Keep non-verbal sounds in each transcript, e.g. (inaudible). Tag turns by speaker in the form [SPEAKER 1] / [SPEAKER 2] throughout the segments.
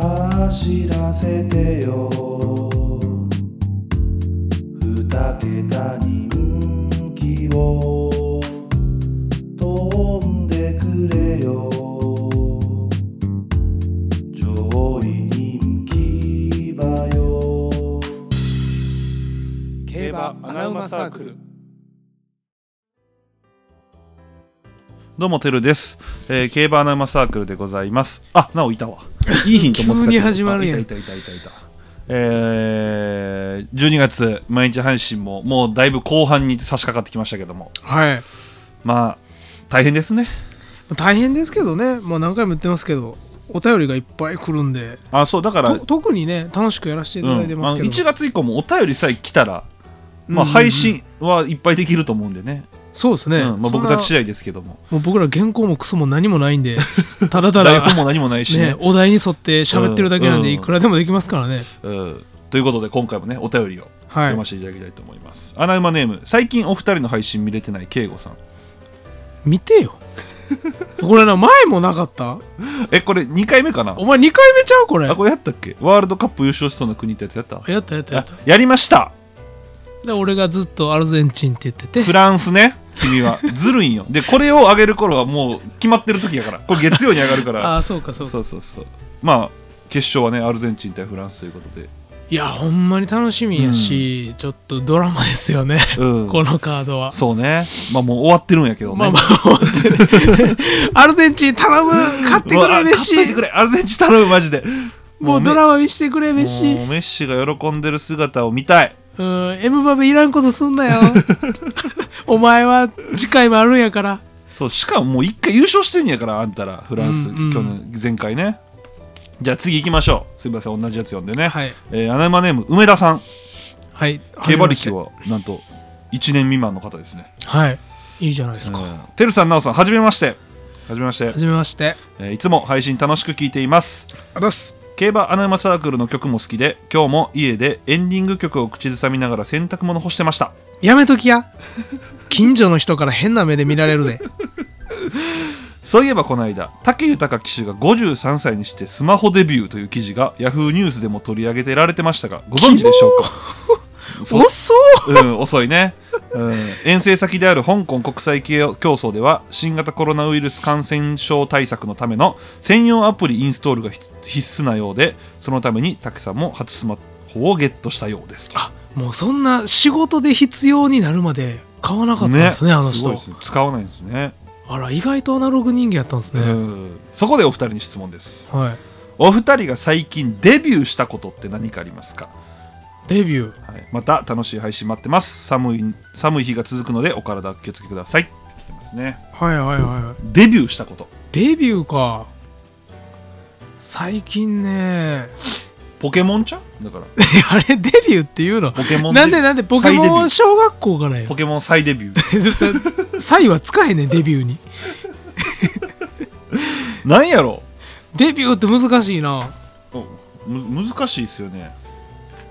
[SPEAKER 1] 走らせてよ二桁人気を飛んでくれよ上位人気馬よ
[SPEAKER 2] 競馬アナウマサークル
[SPEAKER 3] どうも、てるです。えー競馬アナウマサークルでございます。あ、なおい
[SPEAKER 4] (laughs)
[SPEAKER 3] たわ。いいヒント持ってたけど
[SPEAKER 4] 急に始まるやん
[SPEAKER 3] あいたいたいたいたいた。えー、12月毎日配信ももうだいぶ後半に差し掛かってきましたけども
[SPEAKER 4] はい
[SPEAKER 3] まあ大変ですね
[SPEAKER 4] 大変ですけどねもう何回も言ってますけどお便りがいっぱい来るんで
[SPEAKER 3] あそうだから
[SPEAKER 4] と特にね楽しくやらせていただいて
[SPEAKER 3] うん、
[SPEAKER 4] ま
[SPEAKER 3] あ
[SPEAKER 4] す
[SPEAKER 3] の
[SPEAKER 4] けど、
[SPEAKER 3] 1月以降もお便りさえ来たら、まあ、
[SPEAKER 4] うんうん
[SPEAKER 3] 配信はいっぱいできると思うんでね、
[SPEAKER 4] そうです
[SPEAKER 3] う
[SPEAKER 4] ね、
[SPEAKER 3] んまあ、僕
[SPEAKER 4] そん
[SPEAKER 3] た
[SPEAKER 4] な
[SPEAKER 3] ち次第ですけども
[SPEAKER 4] もう僕ら原稿もクソも何もない
[SPEAKER 3] (laughs)
[SPEAKER 4] んでただた
[SPEAKER 3] 台本
[SPEAKER 4] だ
[SPEAKER 3] も何もないしね
[SPEAKER 4] ね、お題に沿って喋ってるだけなん
[SPEAKER 3] う
[SPEAKER 4] で
[SPEAKER 3] ん
[SPEAKER 4] いくらでもできますからね、
[SPEAKER 3] うん、ということで今回もねお便りを
[SPEAKER 4] はい
[SPEAKER 3] 読ませていただきたいと思います、穴馬ネーム最近お二人の配信見れてない慶吾さん
[SPEAKER 4] 見てよ (laughs) これな前もなかった
[SPEAKER 3] えこれ2回目かな
[SPEAKER 4] お前2回目ちゃうこれ
[SPEAKER 3] あこれやったっけワールドカップ優勝しそうな国ってやつやった
[SPEAKER 4] やったやったや
[SPEAKER 3] あ
[SPEAKER 4] った
[SPEAKER 3] やりました
[SPEAKER 4] で俺がずっとアルゼンチンって言ってて
[SPEAKER 3] フランスね君
[SPEAKER 4] (laughs)
[SPEAKER 3] はずるいんよでこれを上げる頃はもう決まってる時やからこれ月曜に上がるか
[SPEAKER 4] あ
[SPEAKER 3] ら
[SPEAKER 4] あそうかそうか
[SPEAKER 3] そうそうそうまあ決勝はねアルゼンチン対フランスということで、
[SPEAKER 4] いやほんまに楽しみやし、ちょっとドラマですよね、
[SPEAKER 3] うん、
[SPEAKER 4] このカードは
[SPEAKER 3] そうねまあもう終わってるんやけどね、
[SPEAKER 4] まあまあ待
[SPEAKER 3] (laughs)
[SPEAKER 4] ってねアルゼンチン頼む勝ってく
[SPEAKER 3] うわ
[SPEAKER 4] れ
[SPEAKER 3] 勝っといて
[SPEAKER 4] 飯
[SPEAKER 3] くれアルゼンチン頼むマジで
[SPEAKER 4] もう
[SPEAKER 3] ね
[SPEAKER 4] ドラマ見してくれ
[SPEAKER 3] もう
[SPEAKER 4] 飯
[SPEAKER 3] メッシが喜んでる姿を見たい
[SPEAKER 4] うんエムバペいらんことすん
[SPEAKER 3] (laughs)
[SPEAKER 4] なよお前は次回もあるんやから
[SPEAKER 3] そうしかももう一回優勝してんやからあんたらフランス、
[SPEAKER 4] うんうん
[SPEAKER 3] 去年前回ねじゃあ次行きましょうすいません同じやつ読んでね、
[SPEAKER 4] はい
[SPEAKER 3] えー、アナウマネーム梅田さん
[SPEAKER 4] はい
[SPEAKER 3] 競馬歴はなんと1年未満の方ですね
[SPEAKER 4] はいいいじゃないですか、
[SPEAKER 3] うんてるさんなおさんはじめましてはじめまして
[SPEAKER 4] は、じめまして
[SPEAKER 3] えーいつも配信楽しく聞いています
[SPEAKER 4] あだす
[SPEAKER 3] 競馬アナウマサークルの曲も好きで今日も家でエンディング曲を口ずさみながら洗濯物干してました
[SPEAKER 4] やめときや近所の人から変な目で見られ
[SPEAKER 3] (laughs)
[SPEAKER 4] るで
[SPEAKER 3] そういえばこの間武豊騎手が53歳にしてスマホデビューという記事がヤフーニュースでも取り上げてられてましたがご存知でしょう
[SPEAKER 4] (laughs)
[SPEAKER 3] かそ
[SPEAKER 4] 遅っ
[SPEAKER 3] うん、遅いね、うん、遠征先である香港国際競争では新型コロナウイルス感染症対策のための専用アプリインストールが必必須なようでそのために武さんも初スマホをゲットしたようですと
[SPEAKER 4] あもうそんな仕事で必要になるまで買わなかったんですねあの
[SPEAKER 3] すご
[SPEAKER 4] 人
[SPEAKER 3] いですね使わないんですね、
[SPEAKER 4] あら意外とアナログ人間やったんですね、
[SPEAKER 3] うん、そこでお二人に質問です
[SPEAKER 4] はい
[SPEAKER 3] お二人が最近デビューしたことって何かありますか、
[SPEAKER 4] デビュー
[SPEAKER 3] はい、また楽しい配信待ってます寒い寒い日が続くのでお体お気をつけくださいって来てますね
[SPEAKER 4] はいはいはいはい
[SPEAKER 3] デビューしたこと
[SPEAKER 4] デビューか最近ね (laughs)
[SPEAKER 3] ポケモンちゃんだから
[SPEAKER 4] あれデビューっていうの
[SPEAKER 3] ポケモン
[SPEAKER 4] なんでなんでポケ
[SPEAKER 3] 再デビ
[SPEAKER 4] モ
[SPEAKER 3] ュ
[SPEAKER 4] ン
[SPEAKER 3] ー
[SPEAKER 4] 小学校からよ
[SPEAKER 3] ポケモン再デビュ
[SPEAKER 4] (laughs)
[SPEAKER 3] ー
[SPEAKER 4] サイは使えへんねんデビューに
[SPEAKER 3] なんやろ
[SPEAKER 4] デビューって難しいな
[SPEAKER 3] む難しいですよね、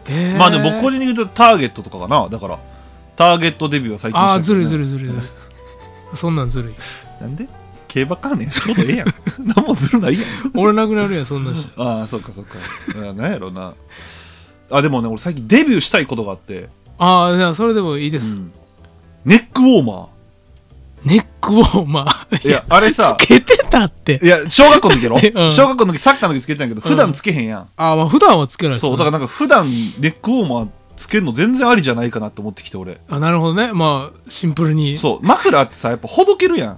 [SPEAKER 4] えー
[SPEAKER 3] まあでも僕個人的に言うとターゲットとかかなだからターゲットデビューは最近し
[SPEAKER 4] あ
[SPEAKER 3] た
[SPEAKER 4] あ
[SPEAKER 3] けど
[SPEAKER 4] ず
[SPEAKER 3] ね
[SPEAKER 4] るいずるいずるいずるいそんなんずるい
[SPEAKER 3] なんで競馬関連しとうとええやん (laughs) 何もずるないやん
[SPEAKER 4] 俺なくなるやんそんなんしたら
[SPEAKER 3] ああそっかそっかあなんやろなあでもね俺最近デビューしたいことがあって
[SPEAKER 4] ああじゃあそれでもいいです、
[SPEAKER 3] うんネックウォーマ
[SPEAKER 4] ネックウォーマ
[SPEAKER 3] ー
[SPEAKER 4] ー
[SPEAKER 3] いやあれさ
[SPEAKER 4] つけてたって
[SPEAKER 3] いや小学校の時やろ、
[SPEAKER 4] (laughs) うん
[SPEAKER 3] 小学校の時サッカーの時つけてたんやけど普段つけへんやん、
[SPEAKER 4] ああまあ普段はつけないです
[SPEAKER 3] そ
[SPEAKER 4] ね
[SPEAKER 3] うだからなんか普段ネックウォーマーつけるの全然ありじゃないかなって思ってきて俺
[SPEAKER 4] あなるほどねまあシンプルに
[SPEAKER 3] そうマフラーってさやっぱほどけるやん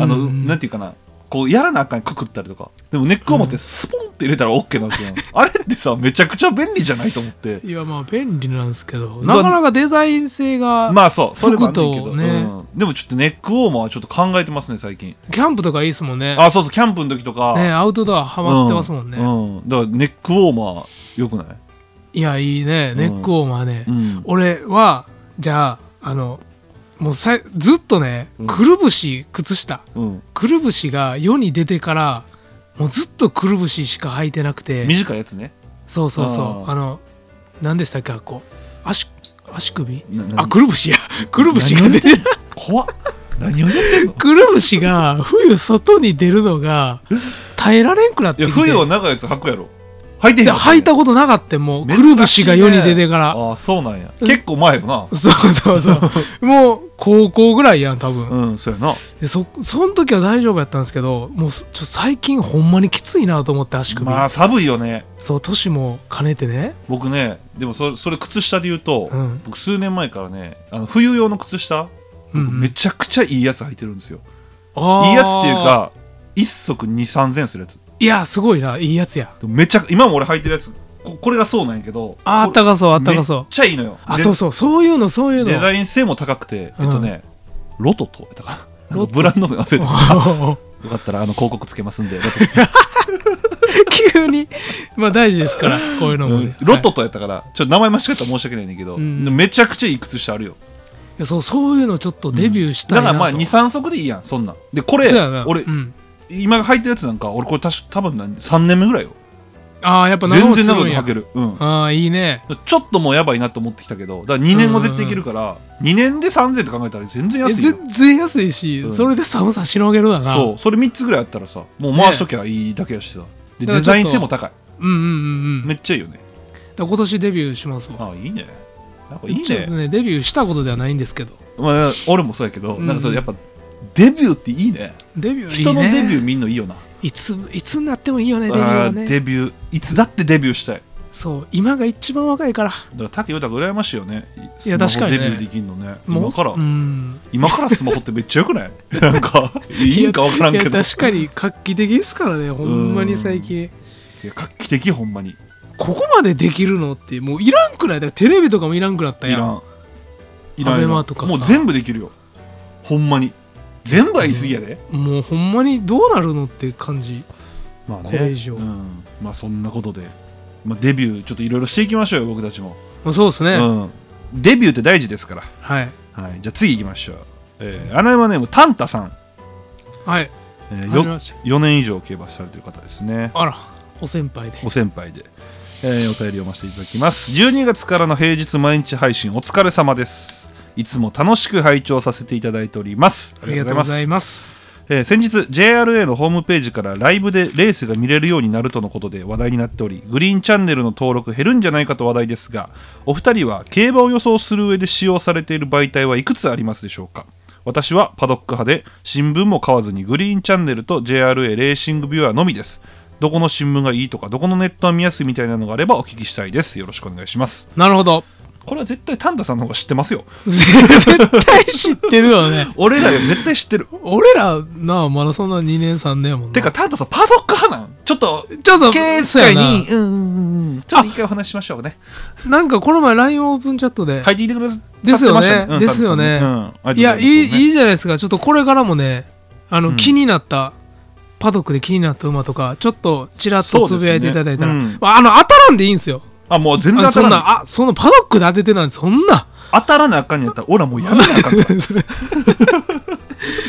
[SPEAKER 3] あの、
[SPEAKER 4] うん
[SPEAKER 3] なんていうかなこうやらなあかんかくったりとかでもネックウォーマーってスポンって入れたら OK なわけやん、 (laughs) あれってさめちゃくちゃ便利じゃないと思って
[SPEAKER 4] いやまあ便利なんですけど
[SPEAKER 3] だ
[SPEAKER 4] なかなかデザイン性が、
[SPEAKER 3] まあそうそれもあんねんけど、
[SPEAKER 4] 服とね
[SPEAKER 3] うんでもちょっとネックウォーマーはちょっと考えてますね最近
[SPEAKER 4] キャンプとかいいですもんね
[SPEAKER 3] あそうそうキャンプの時とか、
[SPEAKER 4] ねアウトドアハマってますもんね、
[SPEAKER 3] うんうんだからネックウォーマーよくない、
[SPEAKER 4] いやいいねネックウォーマーね、
[SPEAKER 3] うん、
[SPEAKER 4] 俺はじゃああのもうさいずっとね、
[SPEAKER 3] うん
[SPEAKER 4] くるぶし靴下
[SPEAKER 3] うん、
[SPEAKER 4] くるぶしが世に出てからもうずっとくるぶししか履いてなくて
[SPEAKER 3] 短いやつね
[SPEAKER 4] そうそうそ
[SPEAKER 3] あ
[SPEAKER 4] う
[SPEAKER 3] ー
[SPEAKER 4] あの何でしたっけあっこ足足首
[SPEAKER 3] なな
[SPEAKER 4] あくる
[SPEAKER 3] (laughs)
[SPEAKER 4] ぶしやくるぶしが出て
[SPEAKER 3] 怖っ何をやってんの
[SPEAKER 4] くるぶしが冬外に出るのが耐えられんくなっ
[SPEAKER 3] い
[SPEAKER 4] て
[SPEAKER 3] や
[SPEAKER 4] きて
[SPEAKER 3] 冬は長いやつ履くやろ履いてへん
[SPEAKER 4] で
[SPEAKER 3] かったん
[SPEAKER 4] 履
[SPEAKER 3] や
[SPEAKER 4] いたことなかったもうく
[SPEAKER 3] 珍しいね
[SPEAKER 4] るぶしが世に出てから
[SPEAKER 3] ああそうなんや結構前よな
[SPEAKER 4] そうそう
[SPEAKER 3] (laughs)
[SPEAKER 4] そうもう高校ぐらいやん多分、
[SPEAKER 3] うんそうやな
[SPEAKER 4] でそその時は大丈夫やったんですけどもうちょ最近ほんまにきついなと思って足首、
[SPEAKER 3] まあ寒いよね
[SPEAKER 4] そう年も兼ねてね
[SPEAKER 3] 僕ねでもそれそれ靴下で言うと、
[SPEAKER 4] うん
[SPEAKER 3] 僕数年前からねあの冬用の靴下
[SPEAKER 4] うんうん
[SPEAKER 3] めちゃくちゃいいやつ履いてるんですよ、
[SPEAKER 4] あー
[SPEAKER 3] いいやつっていうか一足2 3 0 0 0するやつ
[SPEAKER 4] いやすごいないいやつや
[SPEAKER 3] でもめちゃ今も俺履いてるやつここれがそうなんやけど
[SPEAKER 4] ああっ
[SPEAKER 3] これ
[SPEAKER 4] たかそうあったかそ
[SPEAKER 3] め
[SPEAKER 4] う
[SPEAKER 3] っちゃいいのよ
[SPEAKER 4] あ
[SPEAKER 3] で
[SPEAKER 4] そうそうそういうのそういうの
[SPEAKER 3] デザイン性も高くて、えっとねロトとやったかな
[SPEAKER 4] ロト
[SPEAKER 3] ブランド名忘れてた
[SPEAKER 4] おー
[SPEAKER 3] よかったらあの広告つけますんでロトです、
[SPEAKER 4] (laughs) 急にまあ大事ですからこういうのもね、
[SPEAKER 3] うんロトとやったからちょっと名前間違えたら申し訳ないねんだけど、
[SPEAKER 4] うん
[SPEAKER 3] めちゃくちゃいい靴下あるよ
[SPEAKER 4] はいそうそういうのちょっとデビューしたい
[SPEAKER 3] だ
[SPEAKER 4] な
[SPEAKER 3] からまあ
[SPEAKER 4] と
[SPEAKER 3] 23足でいいやんそんなんでこれ
[SPEAKER 4] そうやな
[SPEAKER 3] 俺、
[SPEAKER 4] うん
[SPEAKER 3] 今履いてるやつなんか俺これたし多分何3年目ぐらいよ
[SPEAKER 4] ああやっぱ
[SPEAKER 3] 全
[SPEAKER 4] 長持ち
[SPEAKER 3] 然長
[SPEAKER 4] する
[SPEAKER 3] く
[SPEAKER 4] んや
[SPEAKER 3] 履けるうん
[SPEAKER 4] ああいいね
[SPEAKER 3] ちょっともうやばいなと思ってきたけどだから2年後絶対いけるから2年で3000って考えたら全然
[SPEAKER 4] え
[SPEAKER 3] 安いよ
[SPEAKER 4] 全然安いし、
[SPEAKER 3] うん
[SPEAKER 4] それで寒さしのげるだな
[SPEAKER 3] そうそれ3つぐらいあったらさもう回しときゃいいだけやしさ、でデ
[SPEAKER 4] だからちょっと
[SPEAKER 3] ザイン性も高い
[SPEAKER 4] うんうんうんうん
[SPEAKER 3] めっちゃいいよね
[SPEAKER 4] だから今年デビューします
[SPEAKER 3] あ
[SPEAKER 4] わ
[SPEAKER 3] いいねなんかいい
[SPEAKER 4] ちょっ
[SPEAKER 3] ね
[SPEAKER 4] とねデビューしたことではないんですけど
[SPEAKER 3] まあ、俺もそうやけど、
[SPEAKER 4] うん
[SPEAKER 3] なんかそれやっぱデビューっていいね
[SPEAKER 4] デビューいいね
[SPEAKER 3] 人のデビューみんないいよない
[SPEAKER 4] ついつになってもいいよねデビュー
[SPEAKER 3] あ
[SPEAKER 4] は
[SPEAKER 3] ー
[SPEAKER 4] ね
[SPEAKER 3] デビューいつだってデビューしたい
[SPEAKER 4] そう今が一番若いから
[SPEAKER 3] だから竹豊羨ましいよね
[SPEAKER 4] いや
[SPEAKER 3] スマホ
[SPEAKER 4] 確かにね
[SPEAKER 3] デビューできんのね
[SPEAKER 4] も
[SPEAKER 3] 今
[SPEAKER 4] う
[SPEAKER 3] から、
[SPEAKER 4] うん
[SPEAKER 3] 今からスマホってめっちゃよくない (laughs) なんかいいんか分からんけ
[SPEAKER 4] い
[SPEAKER 3] ど
[SPEAKER 4] や確かに画期的ですからねほんまに最
[SPEAKER 3] い
[SPEAKER 4] 近
[SPEAKER 3] や画期的ほんまに
[SPEAKER 4] ここまでできるのってもういらんくないだからテレビとかもいらんくなった
[SPEAKER 3] い
[SPEAKER 4] やん
[SPEAKER 3] らんいらん
[SPEAKER 4] アベ
[SPEAKER 3] いら
[SPEAKER 4] マ
[SPEAKER 3] ん
[SPEAKER 4] とかさ
[SPEAKER 3] もう全部できるよほんまに全部は言い過ぎやで、
[SPEAKER 4] もうほんまにどうなるのって感じ
[SPEAKER 3] まあね
[SPEAKER 4] これ以上
[SPEAKER 3] うん、まあそんなことで、まあ、デビューちょっといろいろしていきましょうよ僕たちも、
[SPEAKER 4] まあそうですね、
[SPEAKER 3] うん、デビューって大事ですから
[SPEAKER 4] はい
[SPEAKER 3] はい、じゃあ次行きましょう。えー、アナマネームタンタさん、
[SPEAKER 4] はい
[SPEAKER 3] え
[SPEAKER 4] あ
[SPEAKER 3] ー、
[SPEAKER 4] りま
[SPEAKER 3] よ
[SPEAKER 4] した
[SPEAKER 3] 4年以上競馬されてる方ですね
[SPEAKER 4] あらお先輩で
[SPEAKER 3] お先輩で、えーお便り読ませていただきます12月からの平日毎日配信お疲れ様ですいつも楽しく拝聴させていただいておりますあ
[SPEAKER 4] あ
[SPEAKER 3] り
[SPEAKER 4] り
[SPEAKER 3] がと
[SPEAKER 4] が
[SPEAKER 3] う
[SPEAKER 4] とう
[SPEAKER 3] ご
[SPEAKER 4] ご
[SPEAKER 3] ざ
[SPEAKER 4] ざ
[SPEAKER 3] い
[SPEAKER 4] い
[SPEAKER 3] ます
[SPEAKER 4] ます
[SPEAKER 3] えー先日 JRA のホームページからライブでレースが見れるようになるとのことで話題になっておりグリーンチャンネルの登録減るんじゃないかと話題ですがお二人は競馬を予想する上で使用されている媒体はいくつありますでしょうか私はパドック派で新聞も買わずにグリーンチャンネルと JRA レーシングビューアーのみですどこの新聞がいいとかどこのネットは見やすいみたいなのがあればお聞きしたいですよろしくお願いします
[SPEAKER 4] なるほど (laughs)
[SPEAKER 3] これは絶対タンダさんの方が知ってますよ
[SPEAKER 4] 絶対知ってるよね
[SPEAKER 3] 俺らより絶対知ってる
[SPEAKER 4] 俺らなあまだそんな2年3年やもんな
[SPEAKER 3] てかタンダさんパドック派なんちょっと
[SPEAKER 4] ちょっと
[SPEAKER 3] ケース
[SPEAKER 4] そうや
[SPEAKER 3] 会
[SPEAKER 4] な
[SPEAKER 3] に、うんうんうん、ちょっと一回お話ししましょうね。
[SPEAKER 4] なんかこの前 LINE オープンチャットで、
[SPEAKER 3] 書いていてくださって
[SPEAKER 4] ですよね
[SPEAKER 3] ましたうん
[SPEAKER 4] ですよね
[SPEAKER 3] 田中さん
[SPEAKER 4] いやいいい
[SPEAKER 3] い。
[SPEAKER 4] いじゃないですかちょっとこれからもねあの、
[SPEAKER 3] うん
[SPEAKER 4] 気になったパドックで気になった馬とかちょっとちらっとつぶやいていただいたら、
[SPEAKER 3] そうですねうん
[SPEAKER 4] まああの当たらんでいいんですよ
[SPEAKER 3] あ、もう全然当
[SPEAKER 4] あ
[SPEAKER 3] た
[SPEAKER 4] そ
[SPEAKER 3] ら
[SPEAKER 4] ん
[SPEAKER 3] ない。
[SPEAKER 4] なあそのパドックで当ててなんてそん
[SPEAKER 3] (laughs)
[SPEAKER 4] な
[SPEAKER 3] 当たらなあかんやったら、俺らもうやめなあ
[SPEAKER 4] (laughs)
[SPEAKER 3] かん。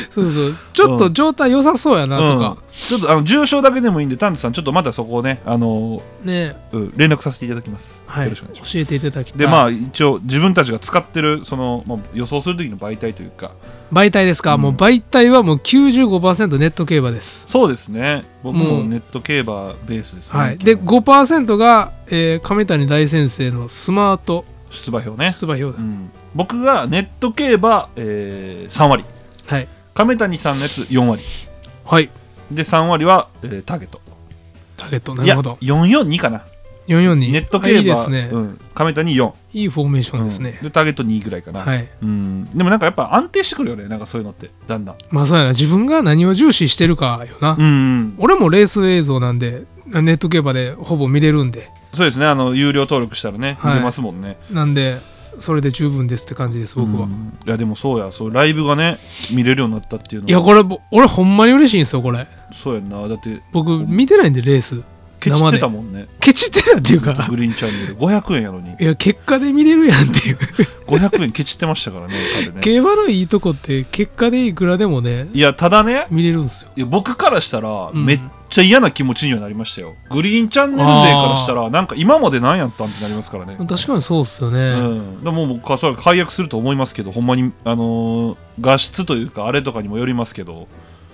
[SPEAKER 4] そうそうちょっと状態良さそうやなと
[SPEAKER 3] うん
[SPEAKER 4] か、
[SPEAKER 3] ちょっとあの重症だけでもいいんで、丹田さん、ちょっとまたそこをね、あの
[SPEAKER 4] ね
[SPEAKER 3] うん連絡させていただきます。
[SPEAKER 4] は
[SPEAKER 3] よ
[SPEAKER 4] い
[SPEAKER 3] ろし
[SPEAKER 4] 教
[SPEAKER 3] くお願いします。
[SPEAKER 4] えていただきたい
[SPEAKER 3] で、まあ、一応、自分たちが使ってる、その、まあ、予想するときの媒体というか、
[SPEAKER 4] 媒体ですか、
[SPEAKER 3] うん
[SPEAKER 4] もう媒体はもう95%ネット競馬です、
[SPEAKER 3] そうですね、僕
[SPEAKER 4] う
[SPEAKER 3] も
[SPEAKER 4] ん
[SPEAKER 3] ネット競馬ベースですね。
[SPEAKER 4] はい、で5%が、えー亀谷大先生のスマート
[SPEAKER 3] 出馬票ね。
[SPEAKER 4] 出馬表
[SPEAKER 3] う
[SPEAKER 4] だ、
[SPEAKER 3] ん僕がネット競馬、え3割。
[SPEAKER 4] はい
[SPEAKER 3] 亀谷さんのやつ4割
[SPEAKER 4] はい
[SPEAKER 3] で3割は、えーターゲット
[SPEAKER 4] ターゲットなるほど
[SPEAKER 3] いや442かな
[SPEAKER 4] 442
[SPEAKER 3] ネット競
[SPEAKER 4] あ
[SPEAKER 3] 馬
[SPEAKER 4] いいですね、
[SPEAKER 3] うん、亀谷4、
[SPEAKER 4] いいフォーメーショ
[SPEAKER 3] う
[SPEAKER 4] ン
[SPEAKER 3] ん
[SPEAKER 4] ですね、
[SPEAKER 3] でターゲット2ぐらいかな、
[SPEAKER 4] はい
[SPEAKER 3] うん、でもなんかやっぱ安定してくるよねなんかそういうのってだんだん
[SPEAKER 4] まあそうやな自分が何を重視してるかよな、
[SPEAKER 3] うん、うん、
[SPEAKER 4] 俺もレース映像なんでネット競馬でほぼ見れるんで
[SPEAKER 3] そうですねあの有料登録したらね、
[SPEAKER 4] はい
[SPEAKER 3] 見れますもんね
[SPEAKER 4] なんでそれで十分ですって感じです僕は、
[SPEAKER 3] うんいやでもそうやそうライブがね見れるようになったっていうのはい
[SPEAKER 4] やこれぼ俺ほんまに嬉しいんですよこれ
[SPEAKER 3] そうやんなだって
[SPEAKER 4] 僕見てないんでレース
[SPEAKER 3] ケチってたもんね
[SPEAKER 4] ケチってたっ
[SPEAKER 3] (laughs)
[SPEAKER 4] ていうか
[SPEAKER 3] グリーンチャンネル500円やのに
[SPEAKER 4] いや結果で見れるやんっ
[SPEAKER 3] (laughs)
[SPEAKER 4] ていう
[SPEAKER 3] 500円ケチってましたからね彼
[SPEAKER 4] (laughs)
[SPEAKER 3] ね
[SPEAKER 4] 競馬のいいとこって結果でいくらでもね
[SPEAKER 3] いやただね
[SPEAKER 4] 見れるんですよ
[SPEAKER 3] いや僕からしたら
[SPEAKER 4] うん
[SPEAKER 3] めっちゃ嫌な気持ちにはなりましたよ、グリーンチャンネル勢からしたらなんか今まで何やったんってなりますからね、
[SPEAKER 4] 確かにそうっすよね、
[SPEAKER 3] うん、でもう僕はそれは解約すると思いますけどほんまに、あのー画質というかあれとかにもよりますけど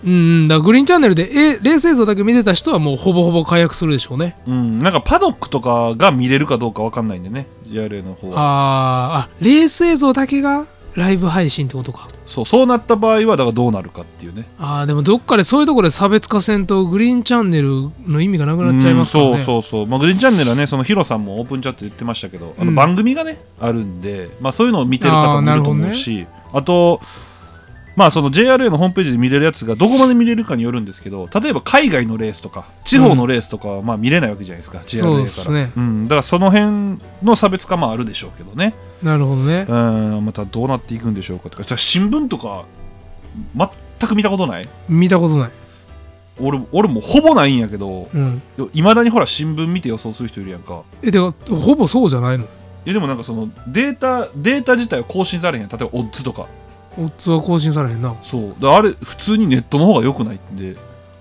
[SPEAKER 4] うんうんだからグリーンチャンネルでえレース映像だけ見てた人はもうほぼほぼ解約するでしょうね
[SPEAKER 3] うん、なんかパドックとかが見れるかどうかわかんないんでね JRA の方は
[SPEAKER 4] あーあレース映像だけがライブ配信ってことか
[SPEAKER 3] そうそうなった場合はだからどうなるかっていうね
[SPEAKER 4] あーでもどっかでそういうところで差別化せんとグリーンチャンネルの意味がなくなっちゃいますからね
[SPEAKER 3] うんそうそうそう、まあ、グリーンチャンネルはねそのヒロさんもオープンチャットで言ってましたけど、あ
[SPEAKER 4] う
[SPEAKER 3] の
[SPEAKER 4] ん
[SPEAKER 3] 番組がねあるんで、まあ、そういうのを見てる方
[SPEAKER 4] あー
[SPEAKER 3] もい
[SPEAKER 4] なる
[SPEAKER 3] ると
[SPEAKER 4] ほどね
[SPEAKER 3] 思うしあ,、とまあその JRA のホームページで見れるやつがどこまで見れるかによるんですけど例えば海外のレースとか地方のレースとかはまあ見れないわけじゃないですか、JRA から
[SPEAKER 4] そうですね
[SPEAKER 3] うん、だからその辺の差別化もあるでしょうけどね
[SPEAKER 4] なるほどね
[SPEAKER 3] うんまたどうなっていくんでしょうかとかじゃあ新聞とか全く見たことない
[SPEAKER 4] 見たことない
[SPEAKER 3] 俺俺もほぼないんやけど
[SPEAKER 4] うん
[SPEAKER 3] いまだにほら新聞見て予想する人いるやんか
[SPEAKER 4] えてかほぼそうじゃないの
[SPEAKER 3] いやでもなんかそのデータデータ自体は更新されへん例えばオッズとか
[SPEAKER 4] オッズは更新されへんな
[SPEAKER 3] そうだからあれ普通にネットの方が良くないって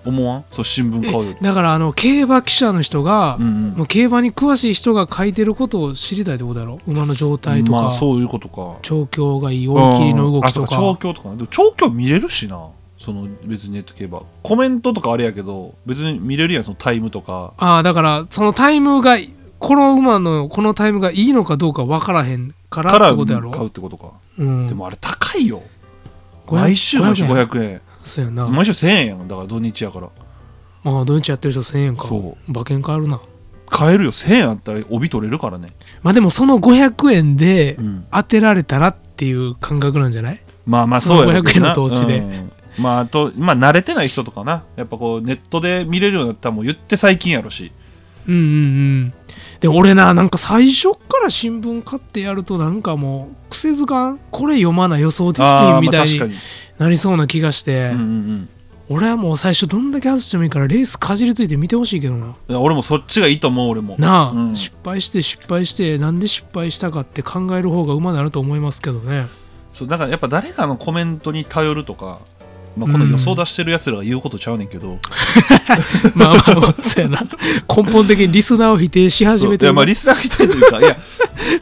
[SPEAKER 3] 思わんそう新聞買うより
[SPEAKER 4] だからあの競馬記者の人が
[SPEAKER 3] う、ん
[SPEAKER 4] もう競馬に詳しい人が書いてることを知りたいってことだろ馬の状
[SPEAKER 3] う
[SPEAKER 4] 態
[SPEAKER 3] ん
[SPEAKER 4] とか、
[SPEAKER 3] まあそういうことか
[SPEAKER 4] 調教がいい追い切りの動きと
[SPEAKER 3] うんあ
[SPEAKER 4] か
[SPEAKER 3] そう調教とかねでも調教見れるしなその別にネット競馬コメントとかあれやけど別に見れるやんそのタイムとか
[SPEAKER 4] ああだからそのタイムがこの馬のこのタイムがいいのかどうか分からへんから
[SPEAKER 3] から
[SPEAKER 4] って
[SPEAKER 3] 買
[SPEAKER 4] ことやろ
[SPEAKER 3] うってことか
[SPEAKER 4] うん、
[SPEAKER 3] でもあれ高いよ
[SPEAKER 4] 500
[SPEAKER 3] 毎週毎週
[SPEAKER 4] 500円
[SPEAKER 3] 500円
[SPEAKER 4] そうやな、
[SPEAKER 3] 毎週1000円やんだから土日やから
[SPEAKER 4] ああ土日やってる人1000円か
[SPEAKER 3] そ
[SPEAKER 4] 馬券変わるな
[SPEAKER 3] 買えるよ1000円あったら帯取れるからね
[SPEAKER 4] まあでもその500円で
[SPEAKER 3] うん
[SPEAKER 4] 当てられたらっていう感覚なんじゃない
[SPEAKER 3] まあまあそうやろうけどな
[SPEAKER 4] その500円の投資で
[SPEAKER 3] うんまああとまあ慣れてない人とかなやっぱこうネットで見れるようになったらもう言って最近やろし
[SPEAKER 4] うんうんうんで俺ななんか最初っから新聞買ってやるとなんかもう癖づかんこれ読まな予想でき
[SPEAKER 3] あ
[SPEAKER 4] ひ
[SPEAKER 3] あ
[SPEAKER 4] ん
[SPEAKER 3] ま
[SPEAKER 4] み
[SPEAKER 3] あ
[SPEAKER 4] たい
[SPEAKER 3] 確か
[SPEAKER 4] に
[SPEAKER 3] に
[SPEAKER 4] なりそうな気がして、
[SPEAKER 3] うんうん
[SPEAKER 4] 俺はもう最初どんだけ外してもいいからレースかじりついて見てほしいけどな
[SPEAKER 3] うん俺もそっちがいいと思う俺も
[SPEAKER 4] なあ、
[SPEAKER 3] うん
[SPEAKER 4] 失敗して失敗してなんで失敗したかって考える方が馬になると思いますけどね (laughs)
[SPEAKER 3] そうだからやっぱ誰かのコメントに頼るとかまあこの予想出してるやつらが言うことちゃうねんけど
[SPEAKER 4] まあまあまあそうやな根本的にリスナーを否定し始め
[SPEAKER 3] そうい
[SPEAKER 4] て
[SPEAKER 3] や
[SPEAKER 4] る
[SPEAKER 3] まあリスナーみたいというかいやい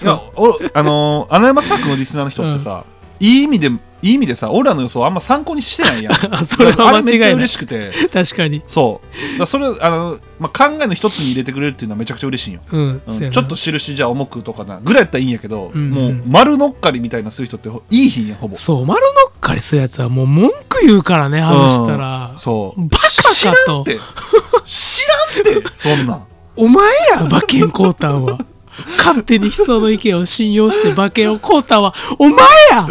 [SPEAKER 3] やおあのー穴山作のリスナーの人ってさ、いい意味でいい意味でさ俺らの予想あんま参考にしてないやん
[SPEAKER 4] (laughs) あ (laughs) それは間
[SPEAKER 3] あれめ
[SPEAKER 4] 違い
[SPEAKER 3] っち
[SPEAKER 4] ない
[SPEAKER 3] ゃ嬉しくて
[SPEAKER 4] 確かに
[SPEAKER 3] そうだからそれあの、まあ、考えの一つに入れてくれるっていうのはめちゃくちゃ嬉しいんよ、
[SPEAKER 4] うん、
[SPEAKER 3] うん
[SPEAKER 4] そうやな
[SPEAKER 3] ちょっと印じゃあ重くとかなぐらいやったらいいんやけど、
[SPEAKER 4] うんうん
[SPEAKER 3] もう丸乗っかりみたいなする人ってほいいひんやんほぼ
[SPEAKER 4] そう丸乗っかりするやつはもう文句言うからね外したら、
[SPEAKER 3] そう
[SPEAKER 4] バカか
[SPEAKER 3] 知らんって
[SPEAKER 4] と
[SPEAKER 3] 知らんってそんなん
[SPEAKER 4] お前や馬券買うた
[SPEAKER 3] (laughs)
[SPEAKER 4] んは勝手に人の意見を信用して馬券を買うたんはお前や、
[SPEAKER 3] だか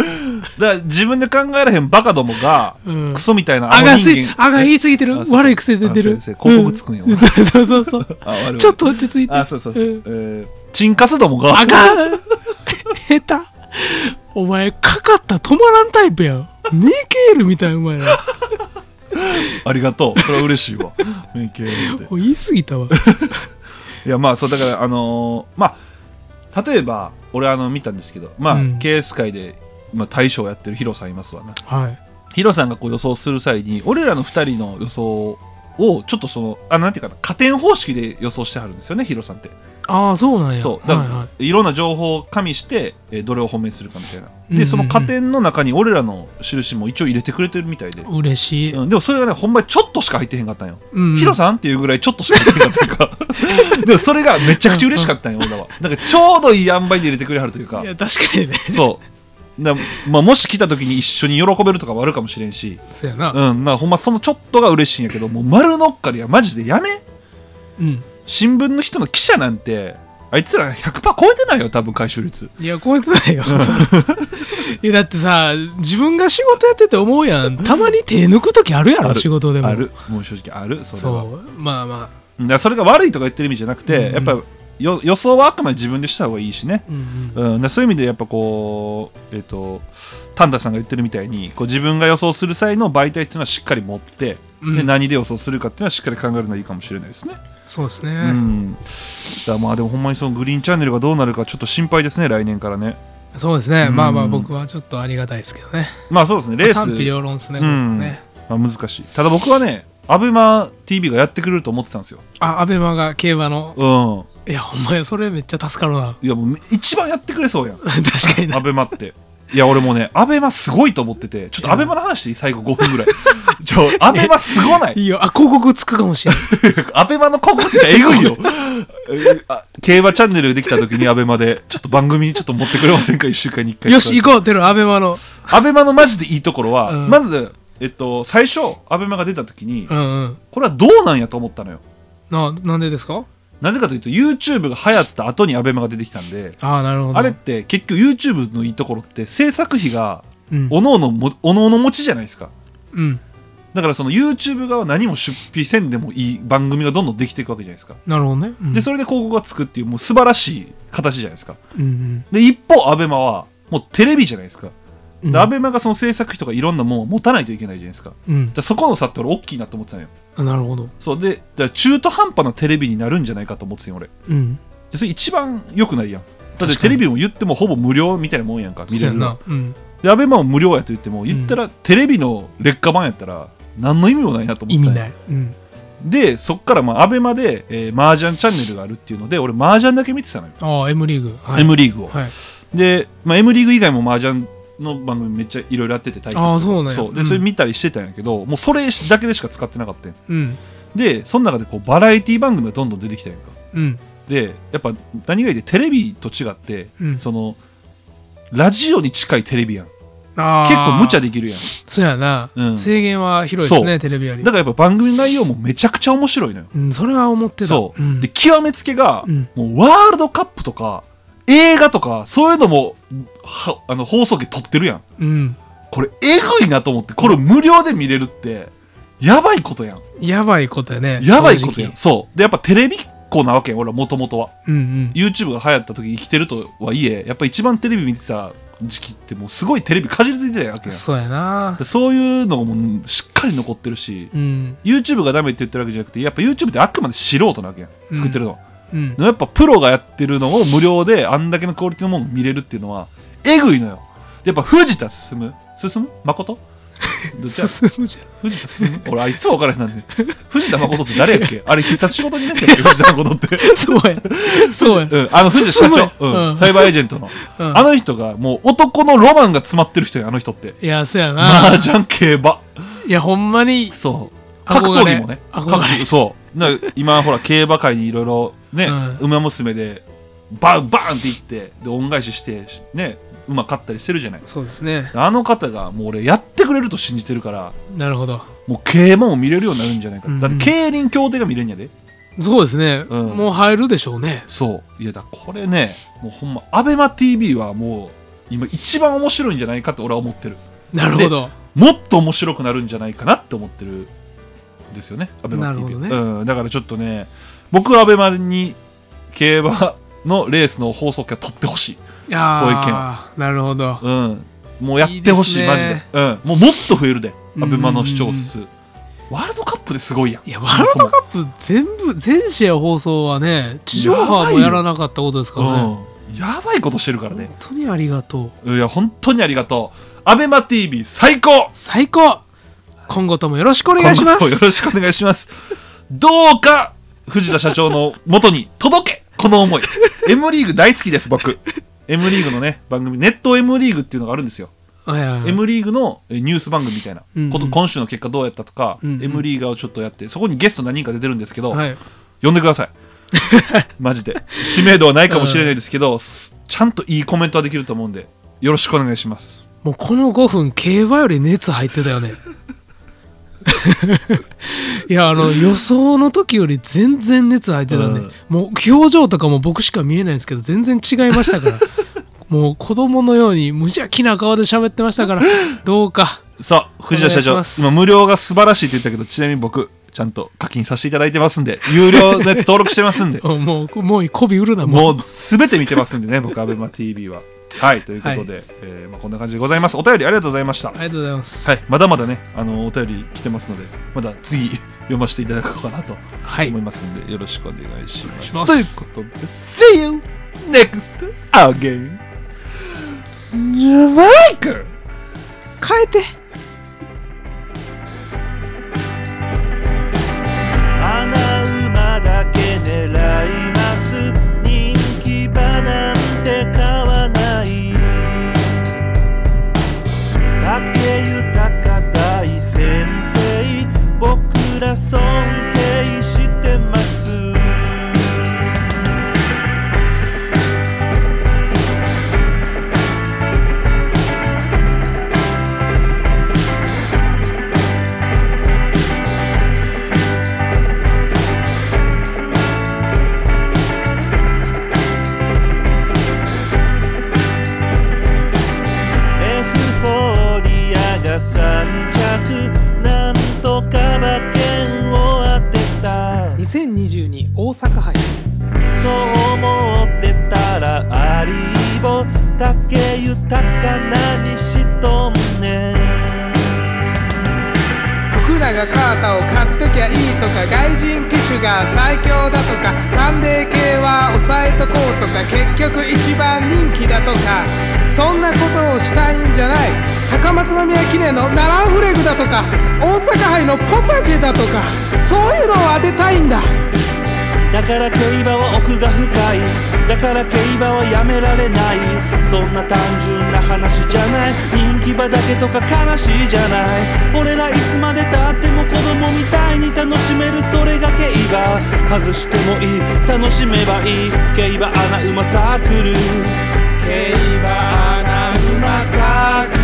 [SPEAKER 3] ら自分で考えられへんバカどもが、
[SPEAKER 4] うん
[SPEAKER 3] クソみたいな
[SPEAKER 4] あがす
[SPEAKER 3] 人
[SPEAKER 4] いあが言い過ぎてる
[SPEAKER 3] あそうか
[SPEAKER 4] 悪い癖出てる
[SPEAKER 3] あそうそう広告つくんよ
[SPEAKER 4] うそうそうそうそう
[SPEAKER 3] あ悪い悪い
[SPEAKER 4] ちょっと落ち着いて
[SPEAKER 3] あそうそうそう、
[SPEAKER 4] うん
[SPEAKER 3] えーチンカスどもが
[SPEAKER 4] あがん下手お前かかったら止まらんタイプやんネケールみたいなお前ら
[SPEAKER 3] ありがとうそれは嬉しいわ免許やって
[SPEAKER 4] お言い過ぎたわ
[SPEAKER 3] いやまあそうだからあのーまあ例えば俺あの見たんですけどまあ、
[SPEAKER 4] うん
[SPEAKER 3] ケース界で、まあ、大将やってるヒロさんいますわな
[SPEAKER 4] はい
[SPEAKER 3] ヒロさんがこう予想する際に俺らの2人の予想をちょっとそのあなんていうかな加点方式で予想してはるんですよねヒロさんって
[SPEAKER 4] ああそうなんや
[SPEAKER 3] そうだか
[SPEAKER 4] は
[SPEAKER 3] ら、
[SPEAKER 4] い
[SPEAKER 3] い
[SPEAKER 4] はい
[SPEAKER 3] ろんな情報を加味して、えーどれを本命するかみたいな
[SPEAKER 4] うんうんう
[SPEAKER 3] で
[SPEAKER 4] ん
[SPEAKER 3] その加点の中に俺らの印も一応入れてくれてるみたいで、
[SPEAKER 4] 嬉しい、
[SPEAKER 3] うん、でもそれがねほんまにちょっとしか入ってへんかったんよ
[SPEAKER 4] うん
[SPEAKER 3] ヒロさんっていうぐらいちょっとしか入ってな
[SPEAKER 4] (laughs)
[SPEAKER 3] かったからでもそれがめちゃくちゃ嬉しかったんよ俺らはなんかちょうどいい塩梅で入れてくれはるというか
[SPEAKER 4] いや確かにね (laughs)
[SPEAKER 3] そうだまあ、もし来た時に一緒に喜べるとかもあるかもしれんし、
[SPEAKER 4] そうやな
[SPEAKER 3] うん、なんかほんまそのちょっとが嬉しいんやけどもう丸乗っかりはマジでやめ
[SPEAKER 4] うん
[SPEAKER 3] 新聞の人の記者なんてあいつら100%超えてないよ多分回収率
[SPEAKER 4] いや超えてない
[SPEAKER 3] (laughs)
[SPEAKER 4] よいやだってさ自分が仕事やってて思うやんたまに手抜く時あるやろ
[SPEAKER 3] ある
[SPEAKER 4] 仕事でも
[SPEAKER 3] あるもう正直あるそれ
[SPEAKER 4] そ
[SPEAKER 3] は
[SPEAKER 4] うまあまあ
[SPEAKER 3] だからそれが悪いとか言ってる意味じゃなくて、
[SPEAKER 4] うん
[SPEAKER 3] やっぱよ予想はあくまで自分でした方がいいしね、
[SPEAKER 4] うんうん
[SPEAKER 3] うん、だそういう意味でやっぱこうえっ、とタンタさんが言ってるみたいにこう自分が予想する際の媒体っていうのはしっかり持って、
[SPEAKER 4] うん
[SPEAKER 3] で何で予想するかっていうのはしっかり考えるのがいいかもしれないですね。
[SPEAKER 4] そうです
[SPEAKER 3] うん
[SPEAKER 4] ね、
[SPEAKER 3] だからまあでもほんまにそのグリーンチャンネルがどうなるかちょっと心配ですね来年からね。
[SPEAKER 4] そうですね、
[SPEAKER 3] うん
[SPEAKER 4] まあまあ僕はちょっとありがたいですけどね
[SPEAKER 3] まあそうですねレース、
[SPEAKER 4] 賛否両論ですね,、
[SPEAKER 3] うん
[SPEAKER 4] ね
[SPEAKER 3] まあ、難しい。ただ僕はねアベマ t v がやってくれると思ってたんですよ。
[SPEAKER 4] あアベマが競馬の
[SPEAKER 3] うん
[SPEAKER 4] いやほんまやそれめっちゃ助かるな (laughs)
[SPEAKER 3] いやもう一番やってくれそうやん
[SPEAKER 4] 確かに
[SPEAKER 3] ア
[SPEAKER 4] な
[SPEAKER 3] ベマって。いや俺もうねアベマすごいと思っててちょっとアベマの話していい最後5分ぐらい
[SPEAKER 4] (laughs)
[SPEAKER 3] ちょ (laughs) アベマすごない
[SPEAKER 4] いいよあ広告つくかも
[SPEAKER 3] (laughs)
[SPEAKER 4] しれない
[SPEAKER 3] アベマの広告ってえぐいよ (laughs) えあ競馬チャンネルできた時にアベマでちょっと番組にちょっと持ってくれませんか1週間に1回
[SPEAKER 4] よし行こうてるアベマの
[SPEAKER 3] アベマのマジでいいところは、
[SPEAKER 4] うん
[SPEAKER 3] まずえっと最初アベマが出た時に、
[SPEAKER 4] うんうん
[SPEAKER 3] これはどうなんやと思ったのよ
[SPEAKER 4] ななんでですか
[SPEAKER 3] なぜかというと YouTube が流行った後にアベマが出てきたんで
[SPEAKER 4] ああなるほど
[SPEAKER 3] あれっ、て結局 YouTube のいいところって制作費が
[SPEAKER 4] うん
[SPEAKER 3] おのおのもおのおの持ちじゃないですか
[SPEAKER 4] うん、
[SPEAKER 3] だからその YouTube 側は何も出費せんでもいい番組がどんどんできていくわけじゃないですか、
[SPEAKER 4] なるほどね、うん
[SPEAKER 3] でそれで広告がつくっていうもう素晴らしい形じゃないですか
[SPEAKER 4] うん
[SPEAKER 3] で一方アベマはもうテレビじゃないですか
[SPEAKER 4] うんうん
[SPEAKER 3] でアベマがその制作費とかいろんなもんを持たないといけないじゃないですか
[SPEAKER 4] うん
[SPEAKER 3] でそこの差って俺大きいなと思ってたのよ
[SPEAKER 4] あなるほど
[SPEAKER 3] そうでだから中途半端なテレビになるんじゃないかと思ってたよ俺
[SPEAKER 4] うん
[SPEAKER 3] でそれ一番良くないやんだって
[SPEAKER 4] 確か
[SPEAKER 3] テ
[SPEAKER 4] に
[SPEAKER 3] レビも言ってもほぼ無料みたいなもんやんか見れ
[SPEAKER 4] そうや
[SPEAKER 3] る
[SPEAKER 4] ん
[SPEAKER 3] の
[SPEAKER 4] なうん
[SPEAKER 3] でアベマも無料やと言っても言ったらテレビの劣化版やったら何の意味もないなと思っ
[SPEAKER 4] 意
[SPEAKER 3] て
[SPEAKER 4] 味
[SPEAKER 3] たんよ
[SPEAKER 4] ないうん
[SPEAKER 3] でそっからまあアベマで、えー、麻雀チャンネルがあるっていうので俺麻雀だけ見てたのよ、
[SPEAKER 4] ああ M リーグはい
[SPEAKER 3] M リーグを、
[SPEAKER 4] はい
[SPEAKER 3] で、まあ、M リーグ以外も麻雀の番組めっちゃいろいろやってて大会
[SPEAKER 4] ああそうなんや
[SPEAKER 3] そう
[SPEAKER 4] う
[SPEAKER 3] で
[SPEAKER 4] ん
[SPEAKER 3] それ見たりしてたんやけど、もうそれだけでしか使ってなかったんよ
[SPEAKER 4] うん
[SPEAKER 3] でその中でこうバラエティ番組がどんどん出てきたやんか
[SPEAKER 4] うん
[SPEAKER 3] でやっぱ何がいいってテレビと違って、
[SPEAKER 4] うん
[SPEAKER 3] そのラジオに近いテレビやん結
[SPEAKER 4] ああ
[SPEAKER 3] 構無茶できるやん
[SPEAKER 4] そうやな、
[SPEAKER 3] うん
[SPEAKER 4] 制限は広いです
[SPEAKER 3] そ
[SPEAKER 4] ね
[SPEAKER 3] う
[SPEAKER 4] テレビより
[SPEAKER 3] だからやっぱ番組の内容もめちゃくちゃ面白いのよ
[SPEAKER 4] うん、それは思ってた
[SPEAKER 3] そう、
[SPEAKER 4] ん、
[SPEAKER 3] で極めつけが、
[SPEAKER 4] うん
[SPEAKER 3] もうワールドカップとか映画とかそういうのもはあの放送機撮ってるやん
[SPEAKER 4] うん、
[SPEAKER 3] これえぐいなと思ってこれ無料で見れるってやばいことやん
[SPEAKER 4] やばいことやね
[SPEAKER 3] やばいことやん
[SPEAKER 4] 正
[SPEAKER 3] そうでやっぱテレビっ子なわけやん俺はもともとは
[SPEAKER 4] 直うん
[SPEAKER 3] YouTube が流行った時生きてるとはいえやっぱ一番テレビ見てた時期ってもうすごいテレビかじりついてたわ
[SPEAKER 4] う
[SPEAKER 3] け
[SPEAKER 4] ん
[SPEAKER 3] やん
[SPEAKER 4] そうやな
[SPEAKER 3] でそういうのがもうしっかり残ってるし
[SPEAKER 4] うん
[SPEAKER 3] YouTube がダメって言ってるわけじゃなくてやっぱ YouTube ってあくまで素人なわけやん作ってるのは、
[SPEAKER 4] うん
[SPEAKER 3] でもやっぱプロがやってるのを無料であんだけのクオリティのものを見れるっていうのはえぐいのよでやっぱ藤田進む進む誠どっちや
[SPEAKER 4] 進むじ
[SPEAKER 3] 藤田進む俺あいつも分からへんなんで藤田誠って誰やっけあれ必殺仕事になって
[SPEAKER 4] (laughs)
[SPEAKER 3] るっけ藤田誠って、
[SPEAKER 4] ゃんそうやそうや
[SPEAKER 3] うん、あの藤田社長
[SPEAKER 4] 進、む
[SPEAKER 3] うん
[SPEAKER 4] うん
[SPEAKER 3] サイバーエージェントの、
[SPEAKER 4] うん
[SPEAKER 3] あの人がもう男のロマンが詰まってる人やあの人って
[SPEAKER 4] いやそうやな
[SPEAKER 3] 麻雀競馬
[SPEAKER 4] いやほんまに
[SPEAKER 3] そう格闘技もね
[SPEAKER 4] 憧れ
[SPEAKER 3] 格闘技そうな今ほら競馬界にいろいろね、
[SPEAKER 4] うん
[SPEAKER 3] 馬娘でバンバンっていってで恩返ししてね馬勝ったりしてるじゃない
[SPEAKER 4] そうですね
[SPEAKER 3] あの方がもう俺やってくれると信じてるから
[SPEAKER 4] なるほど
[SPEAKER 3] もう競馬も見れるようになるんじゃないか、
[SPEAKER 4] うん
[SPEAKER 3] だって競輪競艇が見れるんやで
[SPEAKER 4] そうですね、
[SPEAKER 3] うん
[SPEAKER 4] もう入るでしょうね
[SPEAKER 3] そういやだからこれねもうほんま ABEMATV はもう今一番面白いんじゃないかって俺は思ってる
[SPEAKER 4] なるほど
[SPEAKER 3] もっと面白くなるんじゃないかなって思ってるんですよね、アベマ
[SPEAKER 4] な
[SPEAKER 3] t
[SPEAKER 4] る
[SPEAKER 3] v
[SPEAKER 4] ほどね
[SPEAKER 3] うん、だからちょっとね、僕はアベマに競馬のレースの放送権を取ってほしい、
[SPEAKER 4] ああなるほど
[SPEAKER 3] うん、もうやってほしい
[SPEAKER 4] いいですね
[SPEAKER 3] マジで、うん、もうもっと増えるで、
[SPEAKER 4] うん
[SPEAKER 3] アベマの視聴数。ワールドカップですごいやん。
[SPEAKER 4] いや
[SPEAKER 3] そも
[SPEAKER 4] ワール
[SPEAKER 3] そも
[SPEAKER 4] ドカップ全部全試合放送はね地上波もやらなかったことですからね
[SPEAKER 3] うん、やばいことしてるからね
[SPEAKER 4] 本。当にありがとう
[SPEAKER 3] いや、本当にありがとう。アベマ t v 最高
[SPEAKER 4] 最高今後ともよろしくお願いしま
[SPEAKER 3] 今後ともよ
[SPEAKER 4] す
[SPEAKER 3] ろしくお願いします。どうか藤田社長の元に届けこの思い。M
[SPEAKER 4] (laughs)
[SPEAKER 3] リーグ大好きです、僕。M リーグのね、番組、ネット M リーグっていうのがあるんですよ。
[SPEAKER 4] はいはいはい
[SPEAKER 3] M リーグのえニュース番組みたいな、
[SPEAKER 4] うんうん
[SPEAKER 3] こと今週の結果どうやったとか、
[SPEAKER 4] うんうん
[SPEAKER 3] M リーガーをちょっとやって、そこにゲスト何人か出てるんですけど、
[SPEAKER 4] はい
[SPEAKER 3] 呼んでく
[SPEAKER 4] (laughs)
[SPEAKER 3] ださい。マジで。知名度はないかもしれないですけど、すちゃんといいコメントはできると思うんで、よろしくお願いします。
[SPEAKER 4] もうこの5分競馬より熱入ってたよね (laughs) いやあの予想の時より全然熱入ってたね、
[SPEAKER 3] うん
[SPEAKER 4] もう表情とかも僕しか見えないんですけど全然違いましたから (laughs) もう子供のように無邪気な顔で喋ってましたからどうか
[SPEAKER 3] さあ藤田社
[SPEAKER 4] お
[SPEAKER 3] 長
[SPEAKER 4] 願いします
[SPEAKER 3] 今無料が素晴らしいって言ったけどちなみに僕ちゃんと課金させていただいてますんで有料のやつ登録してますんで
[SPEAKER 4] (laughs) おもうもう媚び売るなもう
[SPEAKER 3] もう全て見てますんでね僕 ABEMATV ははいということで、えーまあ、こんな感じでございますお便りありがとうございました
[SPEAKER 4] ありがとうございます
[SPEAKER 3] はいまだまだねあのお便り来てますのでまだ次 (laughs) 読ませていただこうかなと
[SPEAKER 4] はい
[SPEAKER 3] 思いますんで、よろしくお願いします
[SPEAKER 4] お願いします
[SPEAKER 3] ということで See you next again ジャマイカ
[SPEAKER 4] 変えて
[SPEAKER 1] 穴馬だけ狙います人気馬なんて買わない
[SPEAKER 2] 2022大阪杯
[SPEAKER 1] と思ってたらありぼだけ豊かなにしとんね
[SPEAKER 2] 福永カータを買っときゃいいとか外人機種が最強だとかサンデー系は抑えとこうとか結局一番人気だとかそんなことをしたいんじゃない高松宮記念のナランフレグだとか大阪杯のポタジェだとかそういうのを当てたいんだ
[SPEAKER 1] だから競馬は奥が深いだから競馬はやめられないそんな単純な話じゃない人気馬だけとか悲しいじゃない俺らいつまでたっても子供みたいに楽しめるそれが競馬外してもいい楽しめばいい競馬アナウマサークル競馬アナウマサークル